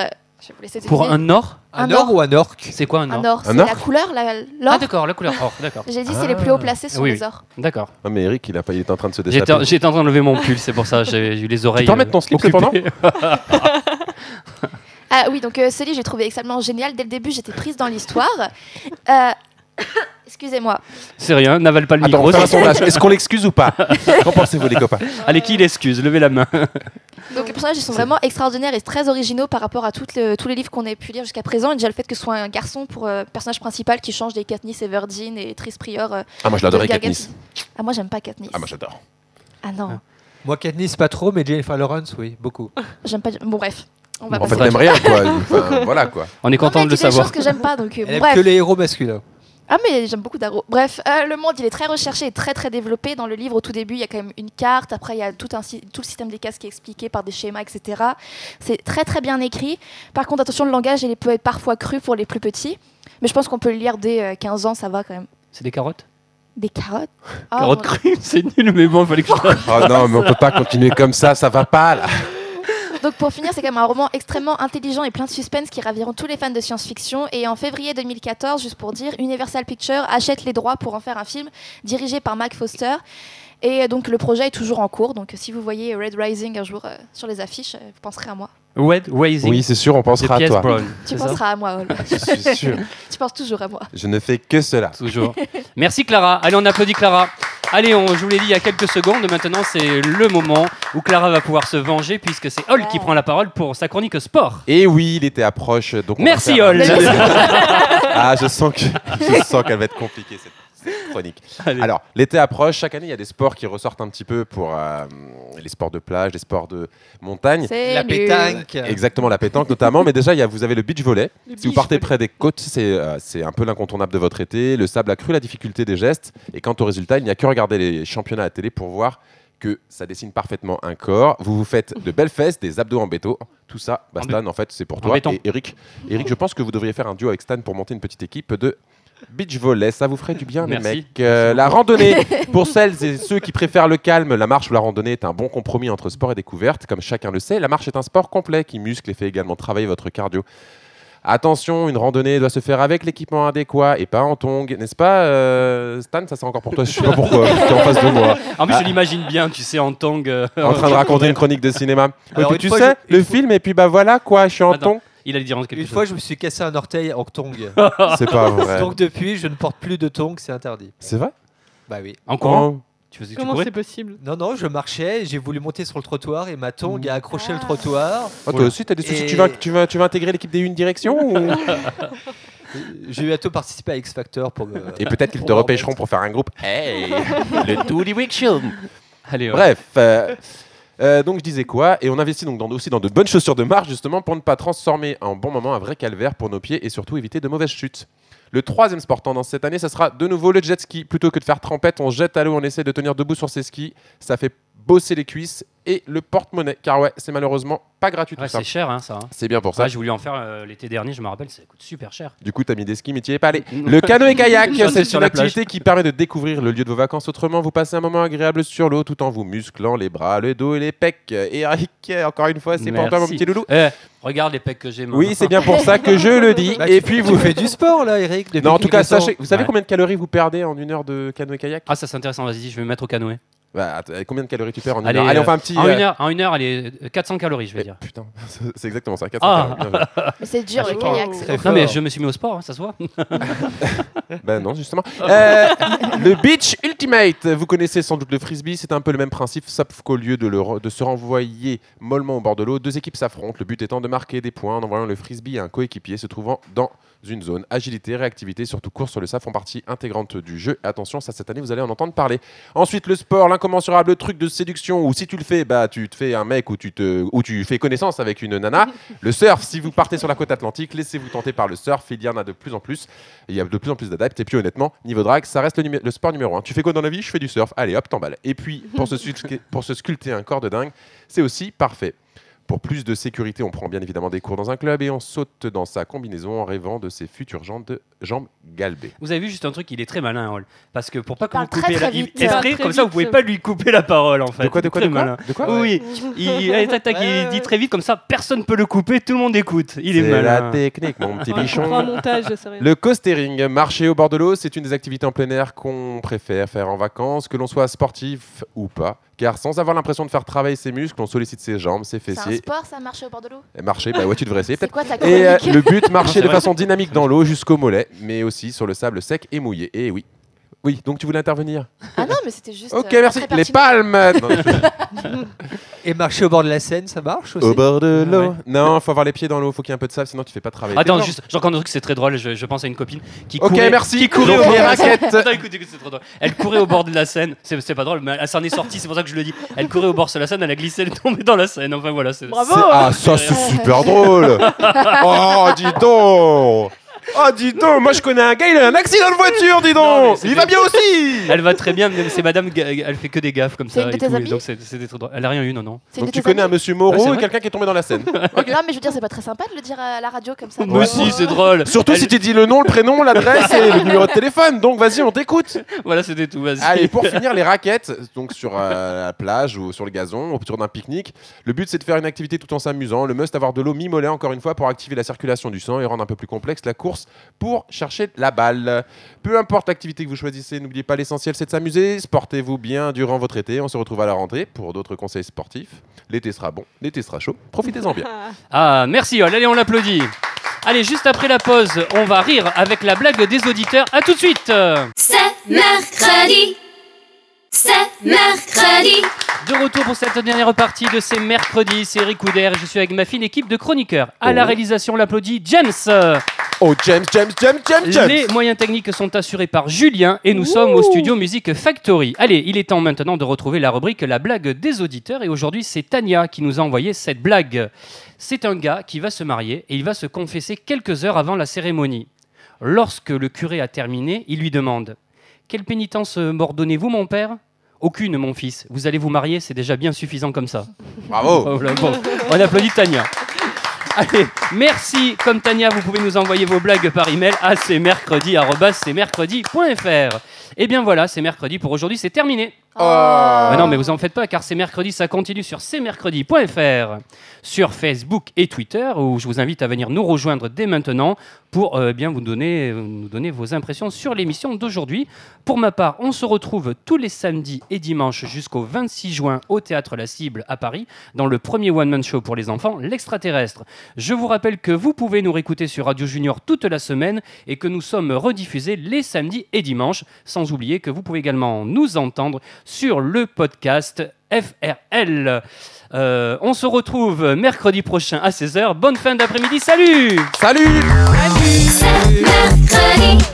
D: vais vous laisser
C: Pour
D: deviner.
C: un or
G: Un
D: Un
G: or
D: or.
G: ou un orc
C: C'est quoi un or
D: un or, c'est
F: or
D: la couleur, la- l'or.
C: Ah, d'accord, la couleur or, d'accord.
D: J'ai dit c'est les plus hauts placés sont
C: Oui,
D: les
C: oui.
D: ors.
C: D'accord.
F: Ah, mais Eric, il, a pas, il est en train de se
C: J'étais
F: dessaper.
C: j'étais en train de lever mon pull, c'est pour ça, j'ai j'ai eu les oreilles. euh,
F: peux remettre ton slip,
C: occupées.
F: cependant
D: Ah oui, donc euh, ce livre, j'ai trouvé extrêmement génial. Dès le début, j'étais prise dans l'histoire. Euh, Excusez-moi.
C: C'est rien, n'avale pas le
F: Attends, on
C: micro.
F: fait un
C: c'est-
F: sondage. Est-ce qu'on l'excuse ou pas Qu'en pensez-vous, les copains
C: Allez, qui l'excuse Levez la main.
D: Donc les personnages, ils sont vraiment extraordinaires et très originaux par rapport à toutes le- tous les livres qu'on ait pu lire jusqu'à présent. Et déjà le fait que ce soit un garçon pour euh, personnage principal qui change des Katniss Everdeen et Triss Prior. euh,
F: Ah, moi, je
D: de
F: l'adorais,
D: Gargan-
F: Katniss.
D: Ah moi j'aime pas Katniss.
F: Ah, moi, j'adore.
D: Ah non,
G: Moi, Katniss, pas trop, mais Jennifer Lawrence, oui, beaucoup.
D: j'aime pas. Bon bref, on va
F: En
D: passer.
F: fait, t'aimes rien, quoi. Enfin, voilà, quoi.
C: On est content
D: Non, mais
C: de le
D: elle dit des
C: savoir.
D: choses que j'aime pas donc euh,
G: Elle
D: bon,
G: aime
D: bref.
G: que les héros masculins.
D: Ah mais j'aime beaucoup Darrow. Bref, euh, le monde il est très recherché et très très développé. Dans le livre au tout début il y a quand même une carte, après il y a tout, un, sy- tout le système des cases qui est expliqué par des schémas etc. C'est très très bien écrit. Par contre attention le langage il peut être parfois cru pour les plus petits. Mais je pense qu'on peut le lire dès euh, 15 ans ça va quand même.
C: C'est des carottes
D: Des carottes Ah,
C: Carottes
D: bon.
C: crues, c'est nul, mais bon, il fallait que je.
F: Oh non, mais on peut pas continuer comme ça, ça va pas, là.
D: Donc pour finir, c'est quand même un roman extrêmement intelligent et plein de suspense qui raviront tous les fans de science-fiction. Et en février 2014, juste pour dire, Universal Pictures achète les droits pour en faire un film dirigé par Mac Foster. Et euh, donc le projet est toujours en cours. Donc si vous voyez Red Rising un jour euh, sur les affiches, euh, vous penserez à moi.
C: Wed Rising.
F: Oui, c'est sûr, on
C: de
F: pensera à
C: P.S.
F: toi.
C: Brown.
D: Tu
C: c'est ça
D: penseras à moi, Ol.
F: Je suis sûr.
D: tu penses toujours à moi.
F: Je ne fais que cela.
C: Toujours. Merci Clara. Allez, on applaudit Clara. Allez, on, je vous l'ai dit il y a quelques secondes, maintenant c'est le moment où Clara va pouvoir se venger puisque c'est Hall qui
D: Ouais.
C: prend la parole pour sa chronique sport.
F: Et oui, il était approche. Donc on va
C: Merci
F: faire-
C: Hall.
F: Ah, je sens que je sens qu'elle va être compliquée cette, cette chronique.
C: Allez.
F: Alors, l'été approche. Chaque année, il y a des sports qui ressortent un petit peu pour euh, les sports de plage, les sports de montagne.
D: C'est
G: La
D: nul.
G: pétanque.
F: Exactement, la pétanque notamment. Mais déjà, il y a, vous avez le beach volley. Si vous partez près des côtes, c'est euh, c'est un peu l'incontournable de votre été. Le sable a cru la difficulté des gestes. Et quant au résultat, il n'y a que regarder les championnats à la télé pour voir que ça dessine parfaitement un corps. Vous vous faites de belles fesses, des abdos en béton. Tout ça, bah,
C: En
F: Stan, en fait, c'est pour
C: en
F: toi.
C: béton.
F: Et Eric, Eric, je pense que vous devriez faire un duo avec Stan pour monter une petite équipe de beach volley. Ça vous ferait du bien, les
C: Merci.
F: mecs. Euh, la randonnée, pour celles et ceux qui préfèrent le calme, la marche ou la randonnée est un bon compromis entre sport et découverte. Comme chacun le sait, la marche est un sport complet qui muscle et fait également travailler votre cardio. Attention, une randonnée doit se faire avec l'équipement adéquat et pas en tongs, n'est-ce pas euh, Stan Ça c'est encore pour toi, je sais pas pourquoi, tu es en face de moi,
C: En plus, je l'imagine bien, tu sais, en tang. euh,
F: Ah. en train de raconter une chronique de cinéma. Et
G: Alors,
F: puis
G: une
F: tu
G: fois,
F: sais,
G: je- Ah
F: le
G: une fois-
F: film, et puis bah voilà quoi, je suis en
C: Attends.
F: tongs.
C: Il allait dire quelque
G: Une
C: chose.
G: fois, je me suis cassé un orteil en tong.
F: C'est pas vrai.
G: Donc depuis, je ne porte plus de tong, c'est interdit.
F: C'est vrai
G: Bah oui.
C: En courant
F: Oh.
C: Tu faisais tu
E: Comment
C: courais
E: c'est possible
G: Non, non, je marchais, j'ai voulu monter sur le trottoir et ma tong a accroché le trottoir.
F: Oh, Toi aussi, t'as des soucis,
G: Et-
F: tu, vas, tu, vas, tu vas intégrer l'équipe des Une Direction ou-
G: J'ai Euh, bientôt participé à X Factor pour me...
F: Et peut-être qu'ils
G: pour
F: te
G: me
F: repêcheront
G: remettre.
F: pour faire un groupe. Hey Le Toody Week Show
C: Allez, ouais.
F: Bref. euh, euh, donc je disais quoi Et on investit donc dans- aussi dans de bonnes chaussures de marche justement pour ne pas transformer en bon moment un vrai calvaire pour nos pieds et surtout éviter de mauvaises chutes. Le troisième sport tendance cette année, ça sera de nouveau le jet ski. Plutôt que de faire trempette, on jette à l'eau, on essaie de tenir debout sur ses skis. Ça fait bosser les cuisses et le porte-monnaie. Car ouais, c'est malheureusement pas gratuit
C: Ouais,
F: tout ça.
C: c'est cher, hein, ça. hein.
F: C'est bien pour ça.
C: Ouais, j'ai voulu en faire euh, l'été dernier, je me rappelle, ça coûte super cher.
F: Du coup, t'as mis des skis, mais t'y es pas allé. Le canoë kayak,
C: Sauter
F: c'est
C: sur
F: une
C: la plage.
F: activité qui permet de découvrir le lieu de vos vacances autrement. Vous passez un moment agréable sur l'eau tout en vous musclant les bras, le dos et les pecs. Et Eric, encore une fois, c'est pour toi, mon
C: Merci.
F: petit loulou.
C: Eh, regarde les pecs que j'ai. moi.
F: Oui, c'est bien pour ça que je le dis.
G: Bah,
F: et
G: tu-
F: puis
G: tu
F: vous.
G: fais du sport là, Eric. depuis
F: Non, en tout
G: qu'il
F: cas,
G: descend.
F: sachez. Vous savez
C: Ouais.
F: combien de calories vous perdez en une heure de canoë kayak
C: Ah, ça c'est intéressant, vas-y, je vais me mettre au canoë.
F: Bah, att- euh, combien de calories tu perds en une
C: Allez,
F: heure Allez, on fait
C: euh,
F: un petit.
C: En
F: euh,
C: une heure, en une heure, elle est euh, 400 calories, je vais
F: eh,
C: dire.
F: Putain, c'est exactement ça. 400
C: Ah.
F: calories, bien joué.
D: Mais c'est dur
C: Ah,
D: le
C: j'ai pas-
D: kayak.
G: Très
D: c'est-
C: Non, mais
G: fort.
C: je me suis mis au sport, hein, ça se voit.
F: Ben non, justement. Euh, le Beach Ultimate, vous connaissez sans doute le frisbee, c'est un peu le même principe, sauf qu'au lieu de, le re- de se renvoyer mollement au bord de l'eau, deux équipes s'affrontent, le but étant de marquer des points en envoyant le frisbee à un coéquipier se trouvant dans une zone. Agilité, réactivité, surtout course sur le sable font partie intégrante du jeu. Attention, ça cette année, vous allez en entendre parler. Ensuite, le sport, l'incommensurable truc de séduction où si tu le fais, bah, tu te fais un mec ou tu, te, ou tu fais connaissance avec une nana. Le surf, si vous partez sur la côte atlantique, laissez-vous tenter par le surf, il y en a de plus en plus. Il y a de plus en plus d'adeptes. Et puis honnêtement, niveau drague, ça reste le, numé- le sport numéro un. Tu fais quoi dans la vie Je fais du surf. Allez, hop, t'emballes. Et puis, pour se, sculpter- pour se sculpter un corps de dingue, c'est aussi parfait. Pour plus de sécurité, on prend bien évidemment des cours dans un club et on saute dans sa combinaison en rêvant de ses futures jambes, de- jambes galbées.
C: Vous avez vu juste un truc, il est très malin, Hall. Parce que pour pas que vous
D: parle très,
C: coupiez la
D: très
C: il-
D: vite.
C: est-ce
E: Il parle
C: que,
E: très
C: comme ça, vous
E: vite.
C: pouvez pas lui couper la parole en fait.
F: De quoi, de quoi,
C: Très
F: de quoi Ah
C: malin.
F: De quoi
C: Oui, oui. il, il- tac, tac, il dit très vite comme ça, personne peut le couper, tout le monde écoute. Il est,
F: C'est la
C: malin.
F: technique, mon petit
E: Ouais, je prends un
F: bichon.
E: montage, c'est rien.
F: Le coastering, marcher au bord de l'eau, c'est une des activités en plein air qu'on préfère faire en vacances, que l'on soit sportif ou pas. Car sans avoir l'impression de faire travailler ses muscles, on sollicite ses jambes, ses
D: C'est un
F: fessiers.
D: sport, ça marche au bord de l'eau.
F: Et Marcher, bah ouais, tu devrais essayer
D: C'est
F: peut-être.
D: quoi ta
F: Et euh,
D: chronique
F: le but, marcher
C: C'est
F: de
C: vrai.
F: façon dynamique dans l'eau jusqu'au mollet, mais aussi sur le sable sec et mouillé. Et oui. Oui, donc tu voulais intervenir.
D: Ah non, mais c'était juste.
F: Ok,
D: euh,
F: merci.
D: très
F: Les
D: pertinent.
F: palmes Non,
G: Et marcher au bord de la Seine, ça marche aussi
F: Au bord de l'eau.
C: Ouais.
F: Non, faut avoir les pieds dans l'eau, faut qu'il y ait un peu de sable, sinon tu fais pas travailler.
C: Attends,
F: Non.
C: juste, j'ai encore un truc, c'est très drôle. Je, je pense à une copine qui
F: Ok,
C: courait.
F: merci.
C: Qui courait
F: Donc,
C: au bord
F: les
C: de la Seine.
F: raquettes.
C: Attends, écoute, écoute, c'est trop drôle. Elle courait au bord de la Seine. C'est c'est pas drôle, mais elle s'en est sortie, c'est pour ça que je le dis. Elle courait au bord de la Seine, elle a glissé, elle est tombée dans la Seine. Enfin voilà, c'est.
E: Bravo
F: C'est- Ah, ça c'est super drôle. Oh, dis donc. Oh, dis donc. Moi, je connais un gars, il a un accident de voiture, dis
C: Non, mais
F: donc.
C: c'est
F: Il va bien aussi.
C: Elle va très bien, mais c'est madame, Ga- elle fait que des gaffes comme
D: C'est
C: ça.
D: une de
C: et
D: tes
C: tout, et
D: amies
C: donc c'est- c'était trop drôle. Elle a rien eu, non, non.
D: C'est une
F: Donc
D: de
F: tu
D: tes
F: connais un
D: amies
F: monsieur
C: Ouais, c'est
F: Moreau et
C: vrai.
F: quelqu'un qui est tombé dans la Seine.
D: Non, mais je veux dire, c'est pas très sympa de le dire à la radio comme ça.
C: Mais si, c'est drôle.
F: Surtout
C: Elle-
F: si tu dis le nom, le prénom, l'adresse et le numéro de téléphone. Donc vas-y, on t'écoute.
C: Voilà, c'était tout, vas-y.
F: Allez, pour finir, les raquettes, donc sur euh, la plage ou sur le gazon, autour d'un pique-nique. Le but, c'est de faire une activité tout en s'amusant. Le must, avoir de l'eau mi-mollet, encore une fois, pour activer la circulation du sang et rendre un peu plus complexe la course pour chercher la balle. Peu importe l'activité que vous choisissez, n'oubliez pas l'essentiel, c'est de s'amuser. Sportez-vous bien durant votre été. On se retrouve à la rentrée pour d'autres conseils sportifs. L'été sera bon, l'été sera chaud. Profitez-en bien.
E: Ah,
C: Ah, merci, Hall. Allez, on l'applaudit. Allez, juste après la pause, on va rire avec la blague des auditeurs. À tout de suite. De
B: C'est mercredi. C'est mercredi.
C: retour pour cette dernière partie de ces mercredis. C'est Eric Couder. Je suis avec ma fine équipe de chroniqueurs. À la
F: Oh.
C: réalisation, on l'applaudit James.
F: Oh, James, James, James, James, James.
C: Les moyens techniques sont assurés par Julien et nous sommes au studio Music Factory. Allez, il est temps maintenant de retrouver la rubrique La blague des auditeurs et aujourd'hui c'est Tania qui nous a envoyé cette blague. C'est un gars qui va se marier et il va se confesser quelques heures avant la cérémonie. Lorsque le curé a terminé, il lui demande Quelle pénitence euh, m'ordonnez-vous, mon père Aucune, mon fils. Vous allez vous marier, c'est déjà bien suffisant comme ça.
F: Bravo.
C: Oh là, bon. On applaudit Tania. Allez, merci. Comme Tania, vous pouvez nous envoyer vos blagues par email à cmercredi.fr. Et Eh bien voilà, c'est mercredi pour aujourd'hui, c'est terminé.
F: Ah.
C: Ah non, mais vous en faites pas, car c'est mercredi, ça continue sur cmercredi.fr, sur Facebook et Twitter, où je vous invite à venir nous rejoindre dès maintenant pour euh, bien vous donner, euh, nous donner vos impressions sur l'émission d'aujourd'hui. Pour ma part, on se retrouve tous les samedis et dimanches jusqu'au 26 juin au Théâtre La Cible à Paris, dans le premier one-man show pour les enfants, L'Extraterrestre. Je vous rappelle que vous pouvez nous réécouter sur Radio Junior toute la semaine et que nous sommes rediffusés les samedis et dimanches, sans oublier que vous pouvez également nous entendre sur le podcast FRL. Euh, on se retrouve mercredi prochain à 16h. Bonne fin d'après-midi, salut
F: Salut.
B: C'est mercredi.